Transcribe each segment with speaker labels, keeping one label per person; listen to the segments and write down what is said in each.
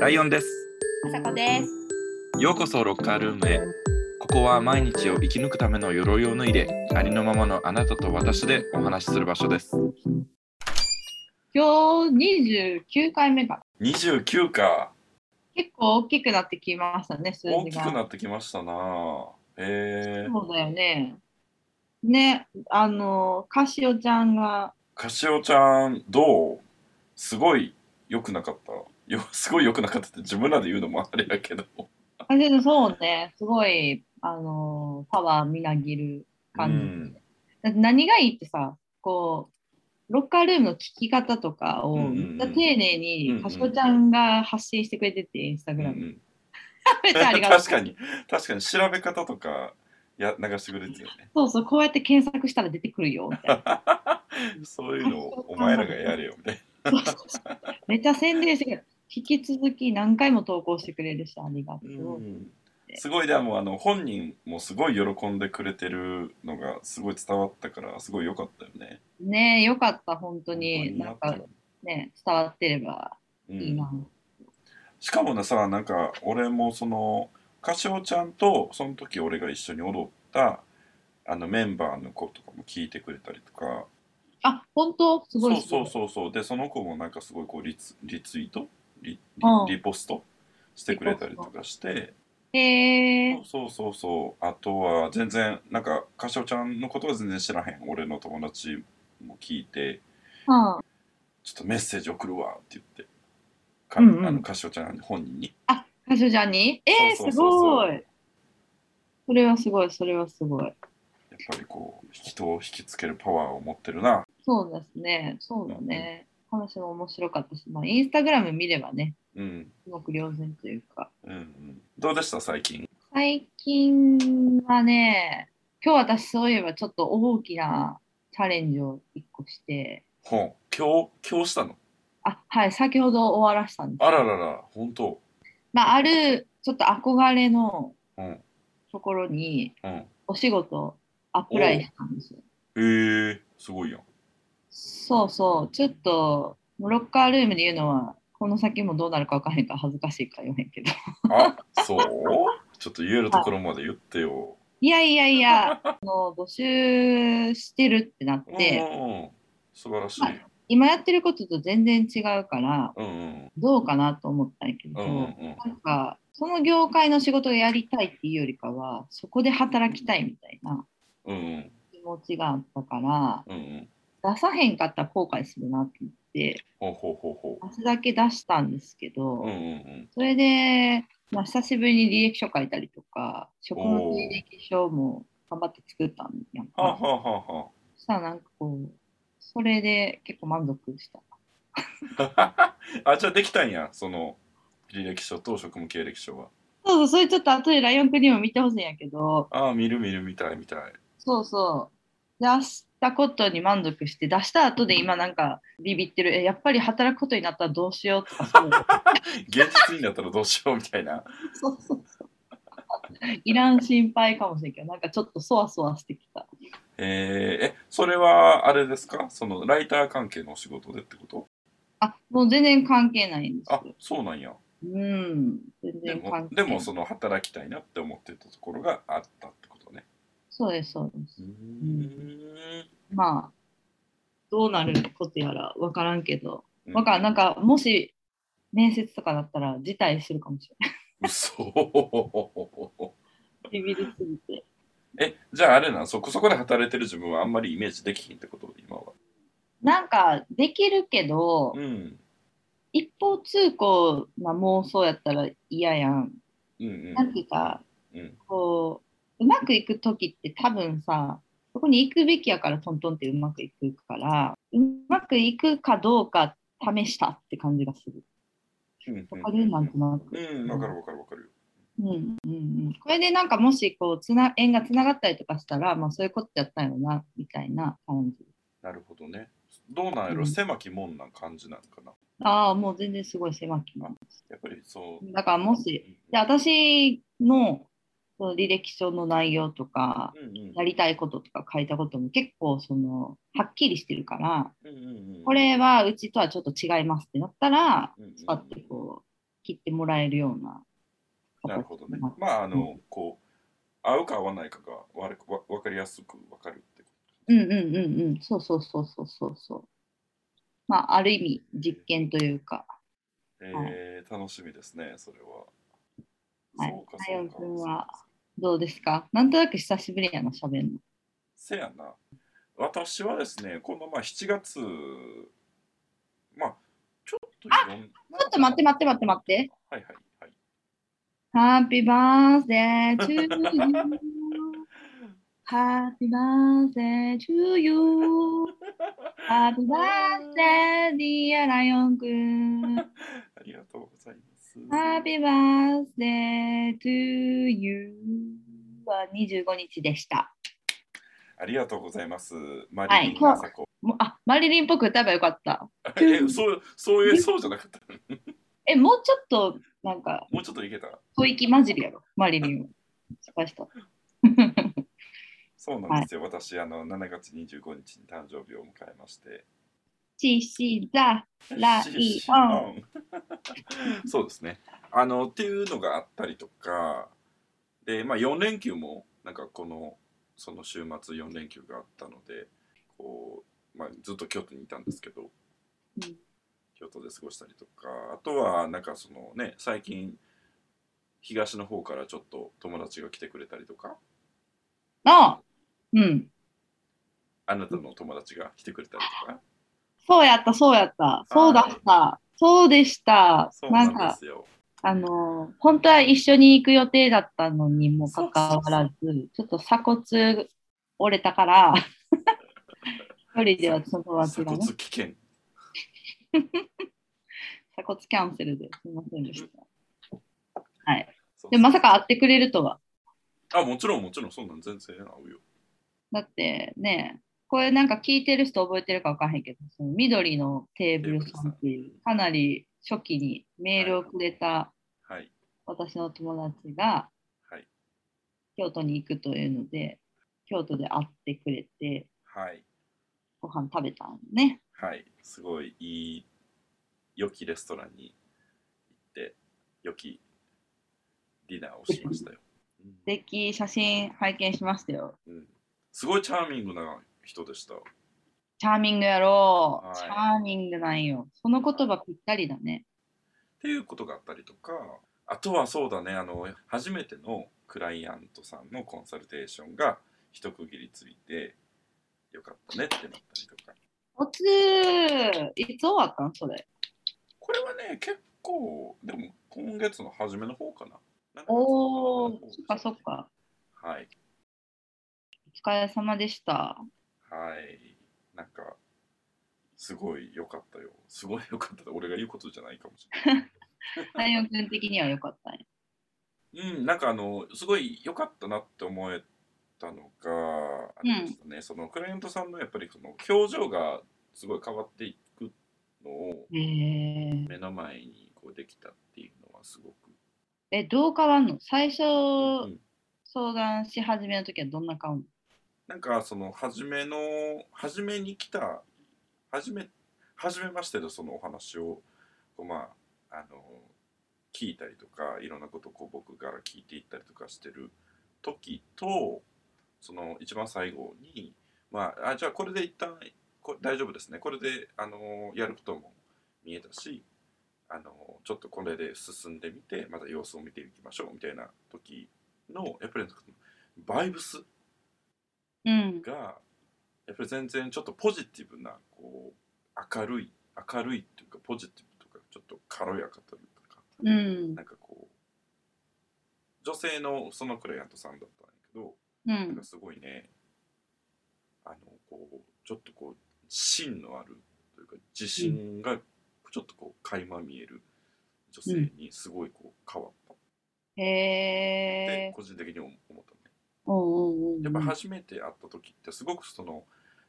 Speaker 1: ライオンです。
Speaker 2: あさこです。
Speaker 1: ようこそロッカールームへ。ここは毎日を生き抜くための鎧を脱いで、ありのままのあなたと私でお話しする場所です。
Speaker 2: 今日29回目が
Speaker 1: 29か。
Speaker 2: 結構大きくなってきましたね、数字が。
Speaker 1: 大きくなってきましたな。えー、
Speaker 2: そうだよね。ね、あの、カシオちゃんが、
Speaker 1: カシオちゃん、どうすごい良くなかった。よ すごい良くなかったって自分らで言うのもあれやけど。
Speaker 2: あでもそうね、すごい、あの、パワーみなぎる感じ。だって何がいいってさ、こう、ロッカールームの聞き方とかを、
Speaker 1: うんうんうん
Speaker 2: めっちゃ丁寧
Speaker 1: うんう
Speaker 2: に
Speaker 1: ん
Speaker 2: カシオちゃんが発信してくれてて、インスタ
Speaker 1: う
Speaker 2: グ
Speaker 1: んう
Speaker 2: ラム。
Speaker 1: ん、
Speaker 2: めっ ちゃありがとう。
Speaker 1: 確か。に、確かに調べ方とかや流してくれてるよね。
Speaker 2: そうそう、こうやって検索したら出てくるよ、みたいな。
Speaker 1: そういうのをお前らがやれよみたいな。
Speaker 2: めっちゃ宣伝してくれる。引き続き何回も投稿してくれるし、ありがとう。
Speaker 1: うんすごいでもあの本人もすごい喜んでくれてるのがすごい伝わったからすごい良かったよね。
Speaker 2: ねえ、よかった、本当に。な
Speaker 1: 本
Speaker 2: んかね、伝わってれば
Speaker 1: 当
Speaker 2: い
Speaker 1: に
Speaker 2: い
Speaker 1: なっ
Speaker 2: な
Speaker 1: た。。うん、しかもねさなんか俺もそのカシオちゃんとその時俺が一緒に踊ったあのメンバーの子とかも聞いてくれたりとか
Speaker 2: あ、本当すごいす
Speaker 1: そ
Speaker 2: ごいう
Speaker 1: そうそうそうでその子もなんかすごいこうリツリツイートリリ
Speaker 2: うん
Speaker 1: リポストしてくれたりとかして。
Speaker 2: へえ、
Speaker 1: そうそうそう。あとは全然、なんか、カシオちゃんのことは全然知らへん。俺の友達も聞いて、
Speaker 2: うん。
Speaker 1: ちょっとメッセージ送るわって言って、か
Speaker 2: うんうん
Speaker 1: あのカシオちゃん本人に。
Speaker 2: あ、カシオちゃんにええ
Speaker 1: そうそう
Speaker 2: す
Speaker 1: そうそ
Speaker 2: ご
Speaker 1: う
Speaker 2: い。それはすごい、それはすごい。
Speaker 1: やっぱりこう、人を引きつけるパワーを持ってるな。
Speaker 2: そうですね、そうだね。話も面白かったし、まあ、インスタグラム見ればね、
Speaker 1: うん。
Speaker 2: すごく両然というか。
Speaker 1: うんうん、どうでした最近
Speaker 2: 最近はね、今日私そういえばちょっと大きなチャレンジを一個して、
Speaker 1: 本今日今日したの
Speaker 2: あ、はい、先ほど終わらしたんです
Speaker 1: あららら本当
Speaker 2: まあ、あるちょっと憧れの
Speaker 1: うん
Speaker 2: ところに
Speaker 1: うん
Speaker 2: お仕事アプライしたんですよ。
Speaker 1: へえー、すごいやん
Speaker 2: そうそう、ちょっとロッカールームで言うのは、この先もどうなるか分からへんから恥ずかしいから言わへんけど。
Speaker 1: あそうちょっと言えるところまで言ってよ
Speaker 2: いやいやい や、あの募集してるってなっ
Speaker 1: うん
Speaker 2: て、
Speaker 1: うんうん素晴らしい
Speaker 2: 今やってることと全然違うから、
Speaker 1: うんうん
Speaker 2: どうかなと思ったんやけど、
Speaker 1: うんうんうん
Speaker 2: なんか、その業界の仕事をやりたいっていうよりかは、そこで働きたいみたいな
Speaker 1: うんうん
Speaker 2: 気持ちがあったから、
Speaker 1: うんうん
Speaker 2: 出さへんかったら後悔するなって言って、
Speaker 1: ほうほうほうほ
Speaker 2: 明日だけ出したんですけど、
Speaker 1: ううんうん
Speaker 2: それで、まあ、久しぶりに履歴書書いたりとか、職務履歴書も頑張って作ったんやん
Speaker 1: うんはあは
Speaker 2: か。
Speaker 1: あはあは
Speaker 2: そしたらなんかこう、それで結構満足した。
Speaker 1: あ あじゃあできたんやその履歴書と職務経歴書は
Speaker 2: そうそう、それちょっと後でライオン君にも見てほしいんやけど、
Speaker 1: ああ見る見る見たい見たい
Speaker 2: そうそう。出したことに満足して、出した後で今なんかビビってる、え、やっぱり働くことになったらどうしようとかそう。
Speaker 1: 現実になったらどうしようみたいな
Speaker 2: そう そうそう。いらん心配かもしれんけど、なんかちょっとそわそわしてきた。
Speaker 1: えー、えそれはあれですかそのライター関係のお仕事でってこと
Speaker 2: あ、もう全然関係ないんです
Speaker 1: あ
Speaker 2: よ。
Speaker 1: そうなんや
Speaker 2: うん、
Speaker 1: で
Speaker 2: 全然
Speaker 1: も
Speaker 2: 関係
Speaker 1: で
Speaker 2: ない。
Speaker 1: もその働きたいなって思ってたところがあったってことね
Speaker 2: そうです、そうで
Speaker 1: う
Speaker 2: す。
Speaker 1: ーん
Speaker 2: まあ、どうなることやら分からんけど、
Speaker 1: う
Speaker 2: わからん、なんかもし面接とかだったら辞退するかもしれない。
Speaker 1: 嘘
Speaker 2: ビビりすぎて。
Speaker 1: えじゃああれなんそこそこで働いてる自分はあんまりイメージできひんってこと今は
Speaker 2: なんかできるけど、
Speaker 1: うん
Speaker 2: 一方通行な妄想やったら嫌やん。
Speaker 1: うんうん
Speaker 2: なんていうか、
Speaker 1: うん
Speaker 2: こう、うまくいくときって多分さ、そこに行くべきやからトントンってうまくいくから、うまくいくかどうか試したって感じがする。
Speaker 1: うん
Speaker 2: わかるなんとなく。
Speaker 1: うんわかるわかるわかる
Speaker 2: うんうんうん。これでなんかもしこうつな縁がつながったりとかしたら、まあそういうことやったんやろな、みたいな感じ。
Speaker 1: なるほどねどうなんやろ、
Speaker 2: うん
Speaker 1: 狭き門な感じなんかな
Speaker 2: ああ、もう全然すごい狭き門
Speaker 1: やっぱりそう
Speaker 2: だからもし、で、私のその履歴書の内容とか、
Speaker 1: うんうん
Speaker 2: やりたいこととか書いたことも結構そのはっきりしてるから
Speaker 1: うんうんうん
Speaker 2: これはうちとはちょっと違いますってなったら
Speaker 1: うんうん
Speaker 2: あってこう切ってもらえるような形
Speaker 1: なるほどね
Speaker 2: まあ。
Speaker 1: まああの、こう合うか合わないかがわるわ分かりやすく分かるってこ
Speaker 2: うんうんうんうん、そうそうそうそうそうそう。まあ、ある意味実験というか、
Speaker 1: と。
Speaker 2: はい
Speaker 1: えー楽しみですねそれは。
Speaker 2: はい
Speaker 1: そうか
Speaker 2: 太陽
Speaker 1: そう
Speaker 2: 君
Speaker 1: か
Speaker 2: はどうですかなんとなく久しぶりやな、喋るの。
Speaker 1: せやな。私はですね、このまあ7月、まあ、ちょっといろんな。
Speaker 2: ちょっと待って待って待って待って。
Speaker 1: はいはいはい。
Speaker 2: ハッピーバースデー to you! ハッピーバースデー to you! ハッピーバースデー dear ライオン君
Speaker 1: ありがとうございます。
Speaker 2: Happy birthday to you は25日でした。
Speaker 1: ありがとうございます。マ
Speaker 2: はい
Speaker 1: リリン雅子。
Speaker 2: もうあマリリンっぽく歌えばよかった。
Speaker 1: え、そう、そういう、そうじゃなかった。
Speaker 2: え、もうちょっとなんか
Speaker 1: もうちょっといけた。
Speaker 2: 吐息混じりやろ、マリリンは。失敗した。
Speaker 1: そうなんですよ。私、あの、7月25日に誕生日を迎えまして。
Speaker 2: シシザライオン。
Speaker 1: ン。そうですね。あのっていうのがあったりとか、でまあ4連休もなんかこのその週末4連休があったので、こうまあずっと京都にいたんですけど、
Speaker 2: うん
Speaker 1: 京都で過ごしたりとか、あとはなんかそのね最近東の方からちょっと友達が来てくれたりとか、
Speaker 2: あ、うん。
Speaker 1: あなたの友達が来てくれたりとか、
Speaker 2: そうやった、そうやった。そうだった。そうでした。
Speaker 1: そう
Speaker 2: な
Speaker 1: なんんで
Speaker 2: か、
Speaker 1: すよ。
Speaker 2: あのー本当は一緒に行く予定だったのにもかかわらず、ちょっと鎖骨折れたから、一人では友
Speaker 1: 鎖
Speaker 2: 達がね、
Speaker 1: 骨
Speaker 2: 鎖
Speaker 1: 危険。
Speaker 2: 骨キャンセルですいませんでした。
Speaker 1: そう
Speaker 2: で、まさか会ってくれるとは。
Speaker 1: あもちろんもちろんそんなん全然合うよ。
Speaker 2: だってね、これなんか聞いてる人覚えてるかわからへんけど、その緑のテーブルさんっていう、かなり初期にメールをくれた
Speaker 1: はい
Speaker 2: 私の友達が
Speaker 1: はい
Speaker 2: 京都に行くというので、京都で会ってくれて、
Speaker 1: はい
Speaker 2: ご飯食べたんね。
Speaker 1: はいすごいいい良きレストランに行って良きディナーをしましたよ。
Speaker 2: 素敵写真拝見しましたよ。
Speaker 1: うんうんすごいチャーミングな人でした。
Speaker 2: チャーミングやろ
Speaker 1: は
Speaker 2: う。
Speaker 1: い
Speaker 2: チャーミングなんよ。その言葉ぴったりだね。
Speaker 1: っていうことがあったりとかあとはそうだねあの初めてのクライアントさんのコンサルテーションが一区切りついてよかったねってなったりとか
Speaker 2: おつーいつ終わったんそれ。
Speaker 1: これはね結構でも今月の初めの方かな。
Speaker 2: お
Speaker 1: なん
Speaker 2: ー
Speaker 1: か、
Speaker 2: そっかそっか。
Speaker 1: はい
Speaker 2: お疲れ様でした。
Speaker 1: はい。なんか、すごい良かったよ。すごい良かったって俺が言うことじゃないかもしれない。
Speaker 2: ライオン君的には良かったね。
Speaker 1: うん、なんかあの、すごい良かったなって思えたのが、あれでしたね、そのクライアントさんのやっぱりその表情がすごい変わっていくのを
Speaker 2: へー
Speaker 1: 目の前にこうできたっていうのはすごく。
Speaker 2: え、どう変わんの最初、
Speaker 1: うん
Speaker 2: 相談し始めの時はどんな顔
Speaker 1: なんかその初めの初めに来た初め初めましてのそのお話をこうまああの聞いたりとかいろんなことをこう僕から聞いていったりとかしてる時とその一番最後にまああじゃあこれで一旦こ大丈夫ですねこれであのやることも見えたしあのちょっとこれで進んでみてまた様子を見ていきましょうみたいな時のやっぱりなんかそのバイブス
Speaker 2: うん。
Speaker 1: がやっぱり全然ちょっとポジティブなこう明るい明るいっていうかポジティブとかちょっと軽やかというか、
Speaker 2: うん
Speaker 1: な。んかこう女性のそのクライアントさんだったんやけど、
Speaker 2: う
Speaker 1: なん
Speaker 2: ん
Speaker 1: か。すごいねあのこうちょっとこう芯のあるというか自信がちょっとこう垣間見える女性にすごいこう変わったっ
Speaker 2: へ
Speaker 1: て
Speaker 2: え。
Speaker 1: 個人的に思ったね。
Speaker 2: うんうんうん
Speaker 1: やっぱ初めて会った時ってすごくその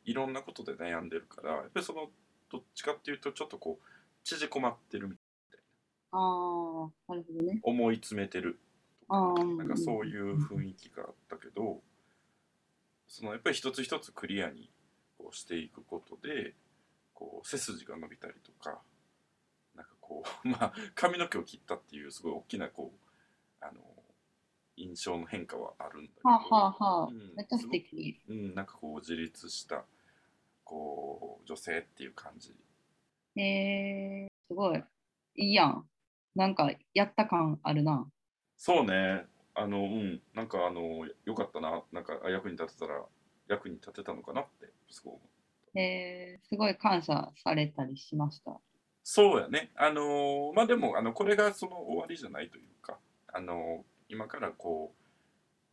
Speaker 1: いろんなことで悩んでるからやっぱりそのどっちかっていうとちょっとこう縮こまってるみたい
Speaker 2: ああ、なるほどね。
Speaker 1: な思い詰めてると
Speaker 2: あ
Speaker 1: か
Speaker 2: ー
Speaker 1: なんかそういう雰囲気があったけどそのやっぱり一つ一つクリアにこうしていくことでこう背筋が伸びたりとかなんかこう まあ髪の毛を切ったっていうすごい大きなこうあの印象の変化はあるんだけど、
Speaker 2: はあ、はあはあ
Speaker 1: うん、
Speaker 2: めっちゃ素敵。
Speaker 1: うん、なんかこう自立したこう女性っていう感じ
Speaker 2: えー、すごい。いいやん。なんか、やった感あるな。
Speaker 1: そうねあのうんなんかあのよかったななんかあ役に立てたら役に立てたのかなってすごい思う
Speaker 2: えー、すごい感謝されたりしました。
Speaker 1: そうやねあのまあでもあのこれがその終わりじゃないというかあの今からこう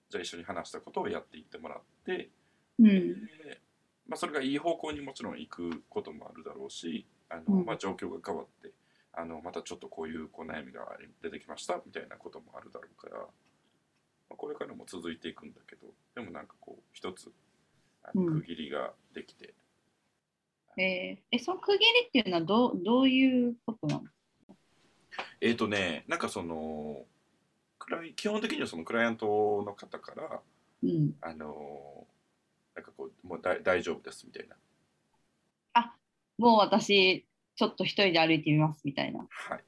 Speaker 1: じゃあ一緒に話したことをやっていってもらって
Speaker 2: うん。
Speaker 1: でまあ、それがいい方向にもちろん行くこともあるだろうしあの、
Speaker 2: うん
Speaker 1: まあ、状況が変わってあのまたちょっとこういうこう悩みがあり出てきましたみたいなこともあるだろうから、まあ、これからも続いていくんだけどでもなんかこう一つあの
Speaker 2: うん
Speaker 1: 区切りができて、
Speaker 2: えー、え、その区切りっていうのはどうどういうことなの
Speaker 1: えっ、とねなんかそのクライ基本的にはそのクライアントの方から
Speaker 2: うん。
Speaker 1: あのなんかこうもうだい大丈夫ですみたいな、
Speaker 2: もう私、ちょっと一人で歩いてみますみたいな。
Speaker 1: はい、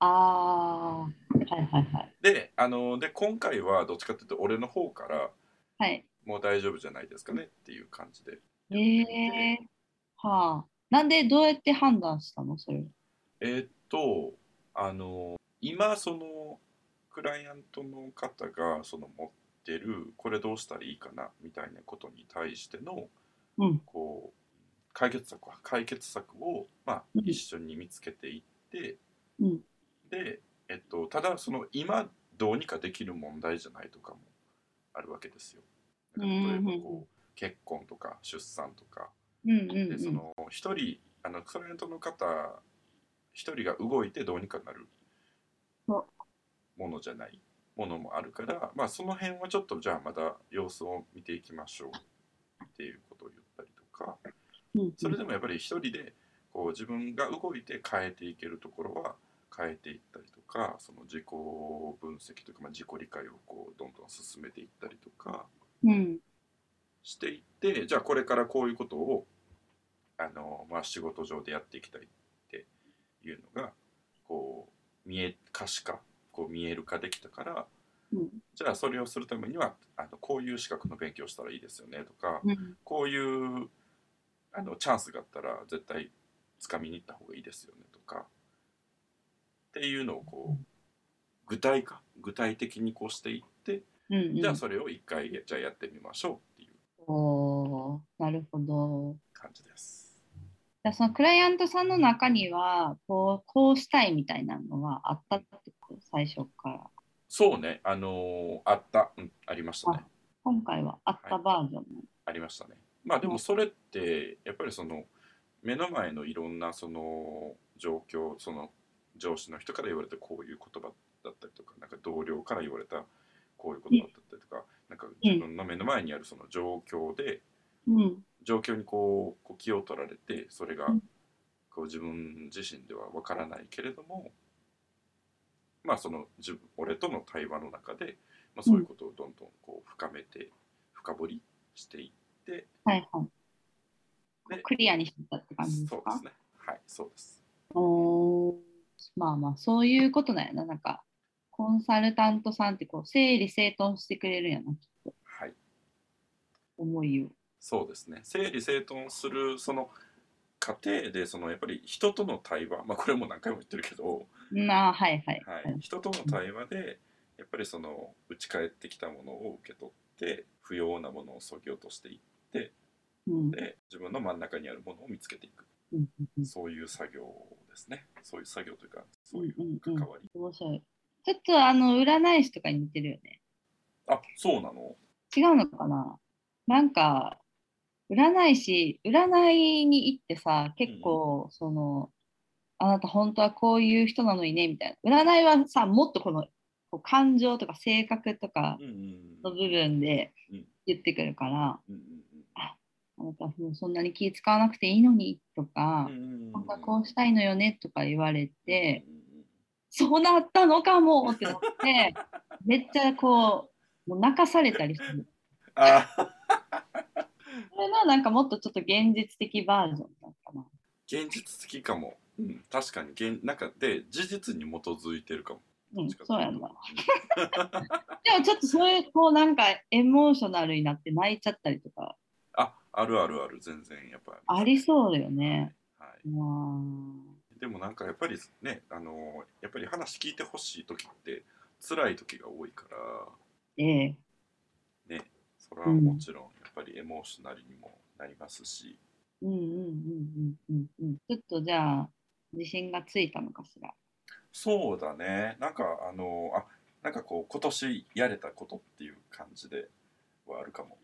Speaker 2: あー、はいはいはい。
Speaker 1: であので今回はどっちかっていうと俺の方から
Speaker 2: はい。
Speaker 1: もう大丈夫じゃないですかねっていう感じで。
Speaker 2: えー、はあ。なんでどうやって判断したのそれ。
Speaker 1: えーっとあの今そのクライアントの方がその持ってるこれどうしたらいいかなみたいなことに対しての
Speaker 2: うん。
Speaker 1: こう解決策解決策を、まあ
Speaker 2: うん、
Speaker 1: 一緒に見つけていって、
Speaker 2: うん
Speaker 1: で、えっと、ただその今どうにかできる問題じゃないとかもあるわけですよ。
Speaker 2: うん
Speaker 1: 例えば
Speaker 2: うんう
Speaker 1: こう結婚とか出産とか
Speaker 2: うんうん、
Speaker 1: で
Speaker 2: う
Speaker 1: そ
Speaker 2: ん。
Speaker 1: の一人あのクライアントの方一人が動いてどうにかなる
Speaker 2: そ
Speaker 1: ものじゃないものもあるから、まあ、その辺はちょっとじゃあまだ様子を見ていきましょうっていうことを言ったりとか
Speaker 2: うん
Speaker 1: それでもやっぱり一人でこう自分が動いて変えていけるところは変えていったりとかその自己分析というか、まあ、自己理解をこうどんどん進めていったりとか。
Speaker 2: うん。
Speaker 1: していってじゃあこれからこういうことをあの、まあ、仕事上でやっていきたいっていうのがこう見え可視化こう見える化できたから
Speaker 2: うん。
Speaker 1: じゃあそれをするためにはあのこういう資格の勉強したらいいですよねとか
Speaker 2: うん。
Speaker 1: こういうあのチャンスがあったら絶対掴みに行った方がいいですよねとかっていうのをこう具体化具体的にこうしていって
Speaker 2: うんうん。
Speaker 1: じゃあそれを一回じゃあやってみましょうっていう
Speaker 2: おーなるほど。
Speaker 1: 感じです。
Speaker 2: じゃあそのクライアントさんの中にはこうこうしたいみたいなのはあったってこと最初から
Speaker 1: そうね、あのーあった、うん、ありましたね。
Speaker 2: 今回はあったバージョンの、
Speaker 1: ありましたね。まあでもそれって、やっぱりその、目の前のいろんなその状況、その上司の人から言われたこういう言葉だったりとか、なんか同僚から言われたこういう言葉だったりとか、なんか自分の目の前にあるその状況で、
Speaker 2: うん
Speaker 1: 状況にこうこう気を取られて、それが
Speaker 2: うん
Speaker 1: こう自分自身ではわからないけれども、まあその自分俺との対話の中で、まあ、そういうことをどんどんこう深めて深掘りしていって、
Speaker 2: はいはい
Speaker 1: で
Speaker 2: クリアにしてたって感じです
Speaker 1: そう
Speaker 2: か
Speaker 1: ですねはいそうです
Speaker 2: おーまあまあそういうことなんやななんかコンサルタントさんってこう整理整頓してくれるんやな
Speaker 1: はい
Speaker 2: 思いを
Speaker 1: そうですね整理整頓するその過程でそのやっぱり人との対話まあこれも何回も言ってるけど、
Speaker 2: なあはいはい
Speaker 1: はい、人との対話でやっぱりその打ち返ってきたものを受け取って不要なものを削ぎ落としていっ
Speaker 2: うん
Speaker 1: て自分の真ん中にあるものを見つけていく
Speaker 2: うんうん
Speaker 1: そういう作業ですね。そういう作業というか、
Speaker 2: う
Speaker 1: そ
Speaker 2: ん
Speaker 1: ういう
Speaker 2: う
Speaker 1: 関
Speaker 2: んうん
Speaker 1: わり。
Speaker 2: 面白いちょっとあの占い師とかに似てるよね
Speaker 1: あ、そうなの
Speaker 2: 違うのかななんか占い師占いに行ってさ結構その、あなた本当はこういう人なのにねみたいな占いはさもっとこのこう感情とか性格とか
Speaker 1: うんうんう
Speaker 2: の
Speaker 1: ん。
Speaker 2: 部分で
Speaker 1: うん
Speaker 2: 言ってくるから、
Speaker 1: うん
Speaker 2: あなたもうそんなに気使わなくていいのにとか
Speaker 1: うんう、ん。
Speaker 2: 本当はこうしたいのよねとか言われて、
Speaker 1: うんうんうん、
Speaker 2: そうなったのかもってなってめっちゃこうもう泣かされたりする。
Speaker 1: あ、
Speaker 2: それのなんかもっとちょっと現実的バージョンだったな。
Speaker 1: 現実的かも。うん、確かに現なんかで事実に基づいてるかも
Speaker 2: うん、そうやんな。 でもちょっとそういう、こうなんかエモーショナルになって泣いちゃったりとか、
Speaker 1: ああるあるある全然やっぱ
Speaker 2: ありそうだよね。
Speaker 1: はい、は
Speaker 2: まあ、
Speaker 1: い、でもなんかやっぱりねあのやっぱり話聞いてほしい時って辛い時が多いから
Speaker 2: ええ
Speaker 1: それはもちろんやっぱりエモーショナルにもなりますし、
Speaker 2: うんうんうんうんうんうん。ちょっとじゃあ、自信がついたのかしら。
Speaker 1: そうだねなんかあのあなんかこう今年やれたことっていう感じではあるかも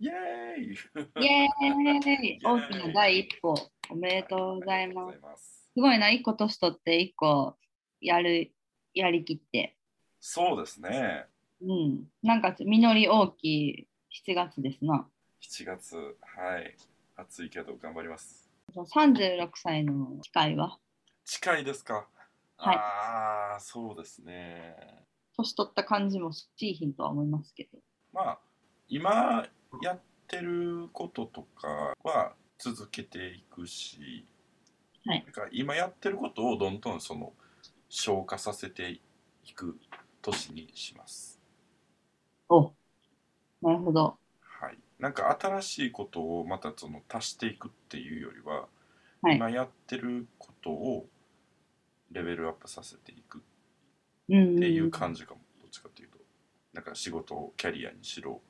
Speaker 1: イエーイ
Speaker 2: イエーイ大きな第一歩、おめでとうござい
Speaker 1: は
Speaker 2: ま
Speaker 1: あ
Speaker 2: す
Speaker 1: り。がとうございます
Speaker 2: すごいな、一個年取って一個やる、やりきって。
Speaker 1: そうですね
Speaker 2: うん。なんか実り大きい7月ですな。
Speaker 1: 7月はい暑いけど頑張ります
Speaker 2: 36歳の機会は、
Speaker 1: 近いですか、
Speaker 2: はい
Speaker 1: ああそうですね
Speaker 2: 年取った感じもしいひんとは思いますけど。
Speaker 1: まあ今やってることとかは続けていくし、
Speaker 2: はい
Speaker 1: なんか今やってることをどんどんその消化させていく年にします
Speaker 2: おなるほど。
Speaker 1: はいなんか新しいことをまたその足していくっていうよりは、
Speaker 2: はい
Speaker 1: 今やってることをレベルアップさせていく
Speaker 2: うん。
Speaker 1: っていう感じかも、どっちかというとなんか仕事をキャリアにしろ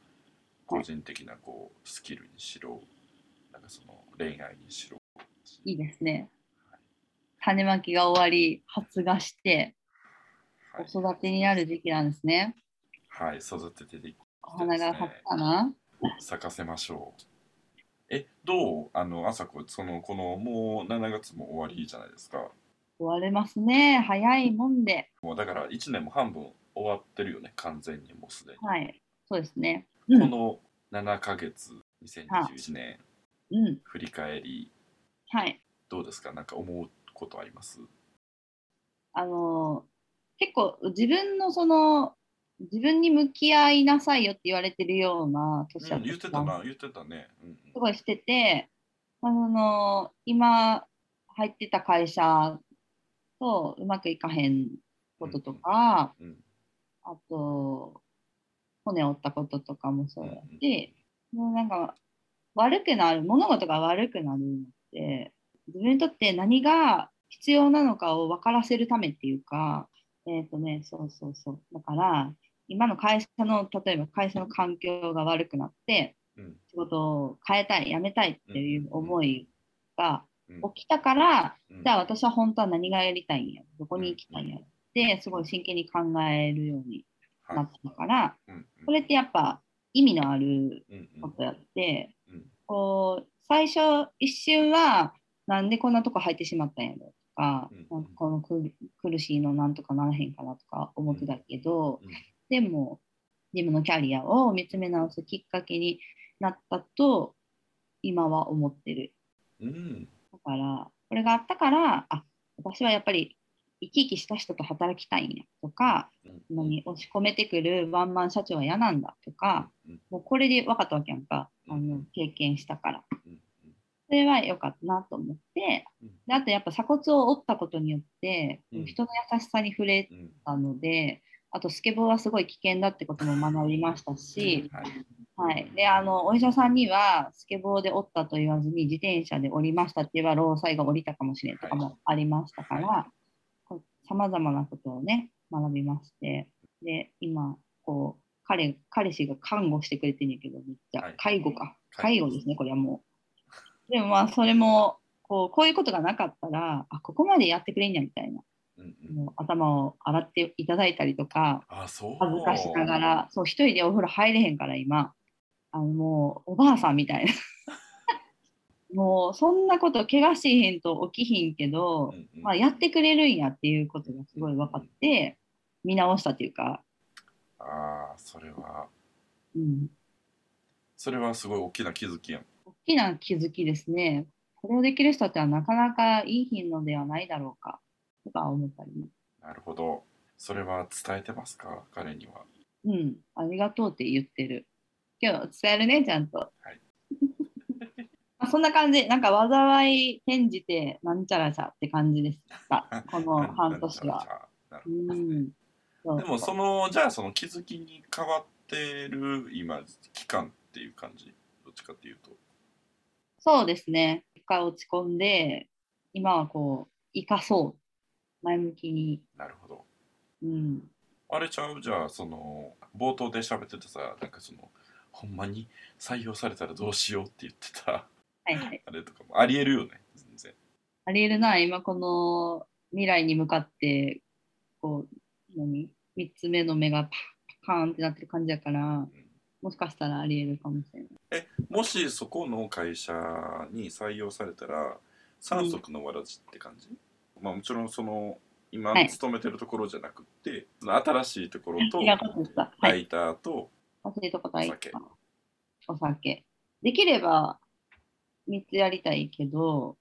Speaker 1: 個人的なこうスキルにしろなんかその恋愛にしろ
Speaker 2: いいですね。種まきが終わり、発芽して、
Speaker 1: はい、
Speaker 2: 子育てになる時期なんですね。
Speaker 1: はい、育ててで
Speaker 2: お花が咲くかな、
Speaker 1: 咲かせましょうえどうあの朝子そのこのもう7月も終わりじゃないですか
Speaker 2: 終われますね。早いもんで。
Speaker 1: もうだから1年も半分終わってるよね完全にもうすでに、
Speaker 2: はい。そうですね。う
Speaker 1: こ
Speaker 2: ん。
Speaker 1: の7ヶ月2021年
Speaker 2: うん。
Speaker 1: 振り返り
Speaker 2: はい。
Speaker 1: どうですかなんか思うことあります
Speaker 2: あの結構自分のその自分に向き合いなさいよって言われてるような年だ
Speaker 1: うん、
Speaker 2: った
Speaker 1: 言ってたな言ってたね、うん
Speaker 2: すごいしてて、あの今入ってた会社とうまくいかへんこととか、
Speaker 1: うんうん
Speaker 2: あと骨折ったこととかもそうだし、もうなんか悪くなる物事が悪くなるのって自分にとって何が必要なのかを分からせるためっていうかえっ、とねそうそうそうだから今の会社の例えば会社の環境が悪くなって
Speaker 1: うん
Speaker 2: 仕事を変えたい辞めたいっていう思いが
Speaker 1: うん
Speaker 2: 起きたから、
Speaker 1: うん
Speaker 2: じゃあ私は本当は何がやりたいんやどこに行きたいんやってすごい真剣に考えるようにな
Speaker 1: はい
Speaker 2: ったから
Speaker 1: うんうん
Speaker 2: これってやっぱ意味のある
Speaker 1: うんうん
Speaker 2: ことやって、
Speaker 1: うん
Speaker 2: こう最初一瞬はなんでこんなとこ入ってしまったんやろとか,、
Speaker 1: うん
Speaker 2: なんかこの苦苦しいのなんとかならへんかなとか思ってたけど、
Speaker 1: うん
Speaker 2: でも自分のキャリアを見つめ直すきっかけになったと今は思ってる
Speaker 1: うん
Speaker 2: だからこれがあったからあ私はやっぱり生き生きした人と働きたいんやとか
Speaker 1: うん
Speaker 2: そんなに押し込めてくるワンマン社長は嫌なんだとか、
Speaker 1: うん
Speaker 2: もうこれで分かったわけやんか、
Speaker 1: うん
Speaker 2: あの経験したから。
Speaker 1: うんうん
Speaker 2: それは良かったなと思って、
Speaker 1: うん
Speaker 2: であとやっぱ鎖骨を折ったことによって、
Speaker 1: うん
Speaker 2: 人の優しさに触れ
Speaker 1: うん
Speaker 2: たので、あとスケボーはすごい危険だってことも学びましたし、
Speaker 1: はい
Speaker 2: はい、であのお医者さんにはスケボーで折ったと言わずに自転車で折りましたって言えば労災が降りたかもしれんとかもありましたからさまざまなことをね学びましてで今こう彼彼氏が看護してくれてんやけどめっち
Speaker 1: は
Speaker 2: ゃ
Speaker 1: い
Speaker 2: 介護か
Speaker 1: 介
Speaker 2: 介
Speaker 1: 護
Speaker 2: 護ですねこれはもうでもまあそれもこうこういうことがなかったらあここまでやってくれんやみたいな
Speaker 1: うんうん
Speaker 2: もう頭を洗っていただいたりとか
Speaker 1: あそう
Speaker 2: 恥ずかしながら、そう、一人でお風呂入れへんから、今。あの、もう、おばあさんみたいな。 もう、そんなこと、怪我しへんと起きひんけど、
Speaker 1: うんうん
Speaker 2: まあ、やってくれるんやっていうことがすごい分かって、見直したというか、
Speaker 1: あーそれは
Speaker 2: うん、
Speaker 1: それはすごい大きな気づきやん
Speaker 2: 大きな気づきですね。これをできる人ってはなかなかいい品のではないだろうか、とか思ったりね。
Speaker 1: なるほどそれは伝えてますか彼には
Speaker 2: うん、 ありがとうって言ってる。今日伝えるね、ちゃんと。
Speaker 1: はい
Speaker 2: そんな感じ、なんか災い転じて、なんちゃらさって感じでした、この 半年は。
Speaker 1: は。なるほどで
Speaker 2: う
Speaker 1: すね
Speaker 2: ん、そう
Speaker 1: でもそのじゃあその気づきに変わってる今期間っていう感じどっちかっていうと
Speaker 2: そうですね。一回落ち込んで、今はこう、生かそう。前向きに。
Speaker 1: なるほど
Speaker 2: うん。
Speaker 1: あれちゃうじゃあその冒頭で喋ってたさなんかそのほんまに採用されたらどうしようって言ってた
Speaker 2: はいはい。
Speaker 1: あれとかもありえるよね全然
Speaker 2: ありえるな、今この未来に向かって、こう、何 ?3 つ目の目がパッパカーンってなってる感じやから、もしかしたらありえるかもしれない。
Speaker 1: もしそこの会社に採用されたら三足のわらじって感じ、まあもちろんその今
Speaker 2: はい
Speaker 1: 勤めてるところじゃなくって、その新しいところと
Speaker 2: 違うことでした。は
Speaker 1: ラ
Speaker 2: い。
Speaker 1: イターと、
Speaker 2: 忘れたことはいいか
Speaker 1: お酒
Speaker 2: お酒。できれば3つやりたいけど、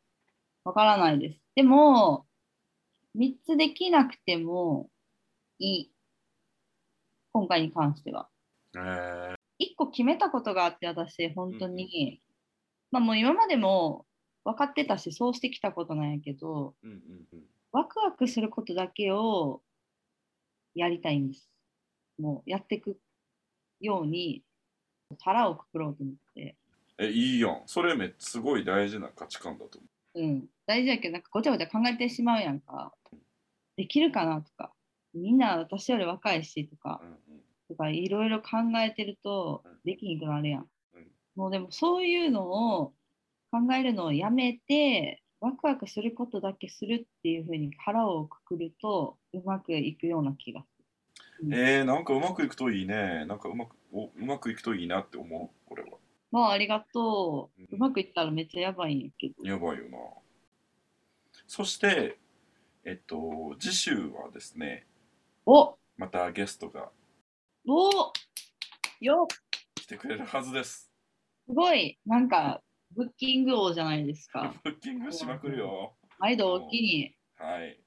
Speaker 2: わからないです。でも、3つできなくてもいい。今回に関しては。
Speaker 1: えー
Speaker 2: 1個決めたことがあって、私、本当に、まあもう今までも分かってたし、そうしてきたことなんやけど、
Speaker 1: うんうんうん
Speaker 2: ワクワクすることだけをやりたいんです。もうやっていくように腹をくくろうと思って。
Speaker 1: えいいやんそれめすごい大事な価値観だと思
Speaker 2: うん。大事だけど、なんかごちゃごちゃ考えてしまうやんか。できるかなとか。みんな私より若いしとか
Speaker 1: う、、うんうん、
Speaker 2: とかいろいろ考えてるとできひんくなるやん
Speaker 1: うん。
Speaker 2: もうでもそういうのを考えるのをやめて、ワクワクすることだけするっていうふうに腹をくくるとうまくいくような気がする。
Speaker 1: えー、なんかうまくいくといいねなんかうまくおうまくいくといいなって思うこれは
Speaker 2: まあありがとう。
Speaker 1: うん
Speaker 2: うまくいったらめっちゃやばいんやけど。
Speaker 1: やばいよなそしてえっと次週はですね
Speaker 2: お
Speaker 1: またゲストが
Speaker 2: およっ
Speaker 1: 来てくれるはずです
Speaker 2: すごいなんかブッキング王じゃないですか。
Speaker 1: ブッキングしまくるよ
Speaker 2: 毎度おっきに。
Speaker 1: はい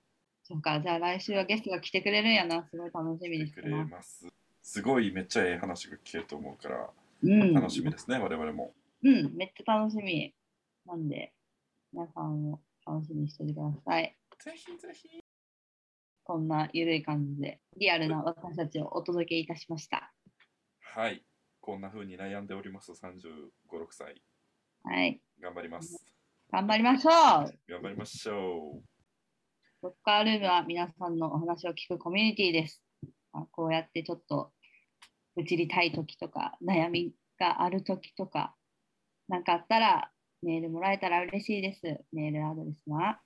Speaker 2: そうか、じゃあ来週はゲストが来てくれるんやな。すごい楽しみ
Speaker 1: 来
Speaker 2: に
Speaker 1: て
Speaker 2: して
Speaker 1: くれ
Speaker 2: ます。
Speaker 1: ますすごいめっちゃええ話が聞けると思うから
Speaker 2: うん、
Speaker 1: 楽しみですね、我々も
Speaker 2: うん、めっちゃ楽しみ。なんで、皆さんも楽しみにしておいてください。
Speaker 1: ぜひぜひ
Speaker 2: こんなゆるい感じで、リアルな私たちをお届けいたしました。
Speaker 1: はいこんな風に悩んでおります35、6歳
Speaker 2: はい、
Speaker 1: 頑張ります。
Speaker 2: 頑張りましょう
Speaker 1: 頑張りましょ
Speaker 2: ロッカールームは皆さんのお話を聞くコミュニティです。まあ、こうやってちょっと愚痴りたい時とか悩みがある時とか何かあったらメールもらえたら嬉しいです。メールアドレスは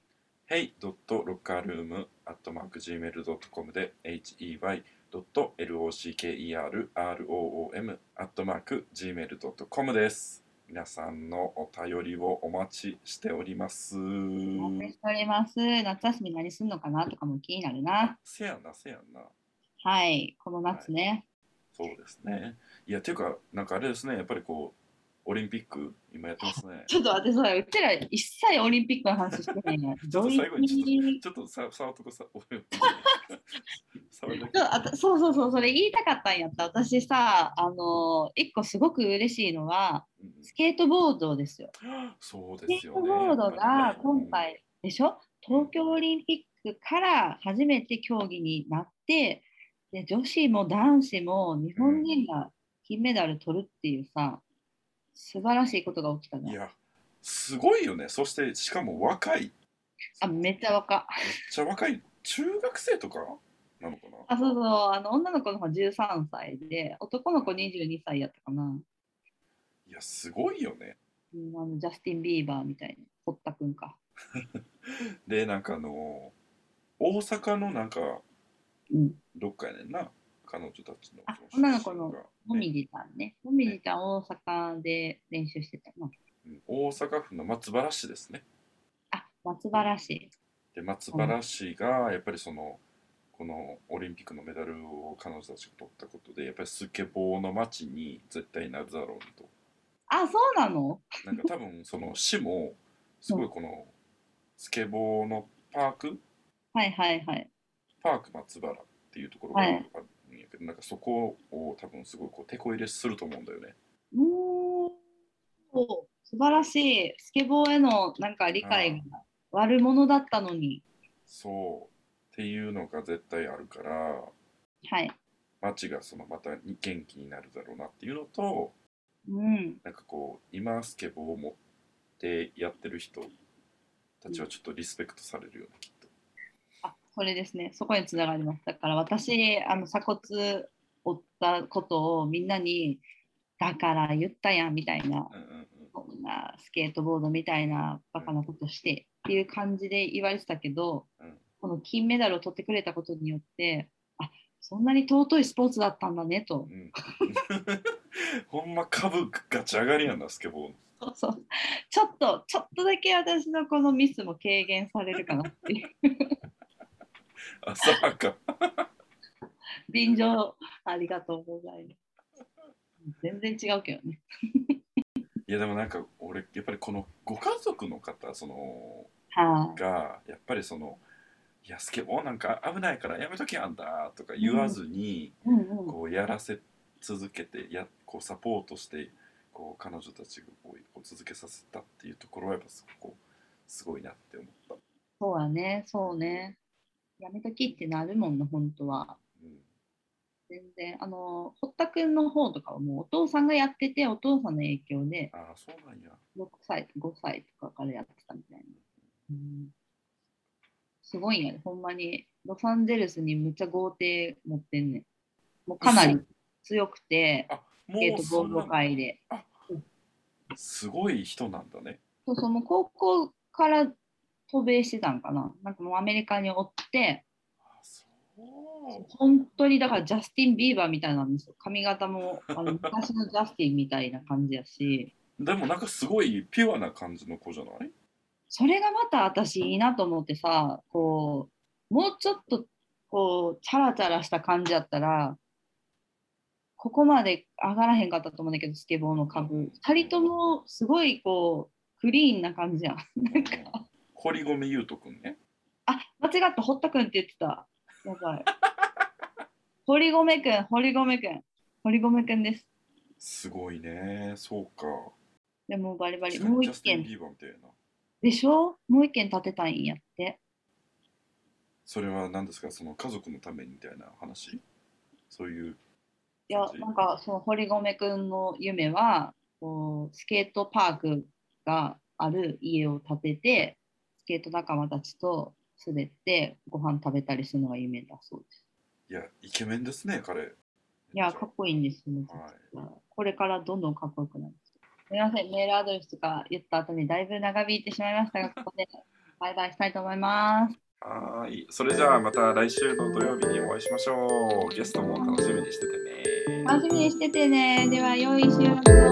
Speaker 1: う。hey.lockerroom.gmail.com で hey.lockerroom.gmail.com です。皆さんのお便りをお待ちしております。
Speaker 2: お待ちしております。夏休み何すんのかなとかも気になるな。
Speaker 1: せやんな、せやんな。
Speaker 2: はい、この夏ね。
Speaker 1: そうですね。いや、ていうか、なんかあれですね、やっぱりこう、オリンピック、今やってますね。
Speaker 2: ちょっと待って、そうや、うちら一切オリンピックの話してないね。
Speaker 1: ちょっ
Speaker 2: どう
Speaker 1: と
Speaker 2: い
Speaker 1: 最後にちょっ
Speaker 2: う
Speaker 1: ちょっとさ、触っとこさ、俺触るだけ
Speaker 2: ちょあとそうそうそう、それ言いたかったんやった。私さ、あの、一個すごく嬉しいのは、
Speaker 1: うん
Speaker 2: スケートボードですよ。
Speaker 1: そう
Speaker 2: ス
Speaker 1: で
Speaker 2: ケ
Speaker 1: す
Speaker 2: ー
Speaker 1: よ
Speaker 2: ト
Speaker 1: ね。
Speaker 2: ボード
Speaker 1: やっぱり
Speaker 2: が
Speaker 1: ね
Speaker 2: 今、回でしょ東京オリンピックから初めて競技になってで女子も男子も日本人が金メダル取るっていうさ素晴らしいことが起きた
Speaker 1: うんい
Speaker 2: ね。
Speaker 1: や、すごいよね。そして、しかも若い、めっ
Speaker 2: あめっちゃ若
Speaker 1: ちゃ若い、中学生とかなのかな
Speaker 2: あそうそうあの女の子の方13歳で男の子22歳やったかな、
Speaker 1: いや、すごいよね。
Speaker 2: うん、あのジャスティン・ビーバーみたいな堀田くんか、
Speaker 1: で、なんかあの、大阪のなんか、
Speaker 2: うん、
Speaker 1: どっかやねんな、彼女たちの。
Speaker 2: あ
Speaker 1: そ出身
Speaker 2: 女の子の
Speaker 1: が
Speaker 2: もみ
Speaker 1: ね
Speaker 2: じちゃんねもみじちゃん大阪で練習してたな
Speaker 1: うん大阪府の松原市ですね。
Speaker 2: あ松原市
Speaker 1: で、松原市が、やっぱりその、このオリンピックのメダルを彼女たちが取ったことで、やっぱりスケボーの街に絶対なるだろうと。
Speaker 2: あそうなの
Speaker 1: なんか多分その市もすごいこのスケボーのパーク
Speaker 2: はいはいはい。
Speaker 1: パーク松原っていうところがあるんやけど、なんかそこを多分すごいこう手こ入れすると思うんだよね。
Speaker 2: おお。素晴らしい。スケボーへのなんか理解が悪者だったのに。
Speaker 1: そうっていうのが絶対あるから
Speaker 2: はい。
Speaker 1: 街がそのまたに元気になるだろうなっていうのと
Speaker 2: うん。
Speaker 1: なんかこう今スケボーを持ってやってる人たちはちょっとリスペクトされるよねきっと。
Speaker 2: あ、それですね。そこにつながります。だから私、あの鎖骨折ったことをみんなに、だから言ったやんみた
Speaker 1: う
Speaker 2: いな、
Speaker 1: んうんうん
Speaker 2: こんなスケートボードみたいなバカなことしてっていう感じで言われてたけど、
Speaker 1: うん
Speaker 2: この金メダルを取ってくれたことによって、あそんなに尊いスポーツだったんだねと
Speaker 1: う。ん、 ほんま株ガチ上がりやなスケボーの
Speaker 2: そうそうちょっと、ちょっとだけ私のこのミスも軽減されるかなって いう。
Speaker 1: 浅はか
Speaker 2: 便乗ありがとうございます。全然違うけどね。
Speaker 1: いやでもなんか俺やっぱりこのご家族の方その
Speaker 2: はい、
Speaker 1: がやっぱりその「いやスケボーなんか危ないからやめときやんだ」とか言わずに、
Speaker 2: うんうん。
Speaker 1: こうやらせ続けてやこうサポートしてこう彼女たちをこうこう続けさせたっていうところはやっぱそこすごいなって思った。
Speaker 2: そうだね、そうね。やめときってなるもんな、本当は。
Speaker 1: うん
Speaker 2: 全然。あの、堀田くんの方とかはもうお父さんがやってて、お父さんの影響で、
Speaker 1: ああそうなんや。
Speaker 2: 6歳、5歳とかからやってたみたいな。うん、すごいんやね、ほんまに。ロサンゼルスにむっちゃ豪邸持ってんねん。もうかなり強くて、
Speaker 1: あ
Speaker 2: ス
Speaker 1: も
Speaker 2: ケ
Speaker 1: う
Speaker 2: ートボ
Speaker 1: そ
Speaker 2: ー
Speaker 1: ん
Speaker 2: ド
Speaker 1: な
Speaker 2: 界で。
Speaker 1: すごい人なんだね。
Speaker 2: そうそう、もう高校から渡米してたんかな。なんかもうアメリカにおって、
Speaker 1: あそう。
Speaker 2: 本当にだからジャスティン・ビーバーみたいなんですよ。髪型もあ の昔のジャスティンみたいな感じやし、
Speaker 1: でもなんかすごいピュアな感じの子じゃない
Speaker 2: それがまた私いいなと思ってさ、こう、もうちょっとこう、チャラチャラした感じやったら、ここまで上がらへんかったと思うんだけど、スケボーの株。二人ともすごいこう、クリーンな感じやん。なんか
Speaker 1: うん堀米優斗くんね。
Speaker 2: あ、間違った、堀田くんって言ってた。や ばい。堀米くん、堀米くん、堀米くんです。
Speaker 1: すごいね。そうか。
Speaker 2: でもバリバリ、
Speaker 1: 確かに
Speaker 2: もう
Speaker 1: ジャ
Speaker 2: 一
Speaker 1: スティン・
Speaker 2: 件
Speaker 1: ビーバーみたいな。
Speaker 2: でしょもう一件建てたいんやって。
Speaker 1: それは何ですかその家族のためにみたいな話そういう。
Speaker 2: いや、なんかその堀米くんの夢は、こうスケートパークがある家を建てて、スケート仲間たちと滑ってご飯食べたりするのが夢だそうです。
Speaker 1: いや、イケメンですね、彼。
Speaker 2: いや、かっこいいんですよ、めちゃくちゃこれからどんどんかっこよくなる。すみません、メールアドレスとか言った後にだいぶ長引いてしまいましたが、ここでバイバイしたいと思います。
Speaker 1: はーい。それじゃあまた来週の土曜日にお会いしましょう。ゲストも楽しみにしててね。
Speaker 2: 楽しみにしててね。では、良い週末を。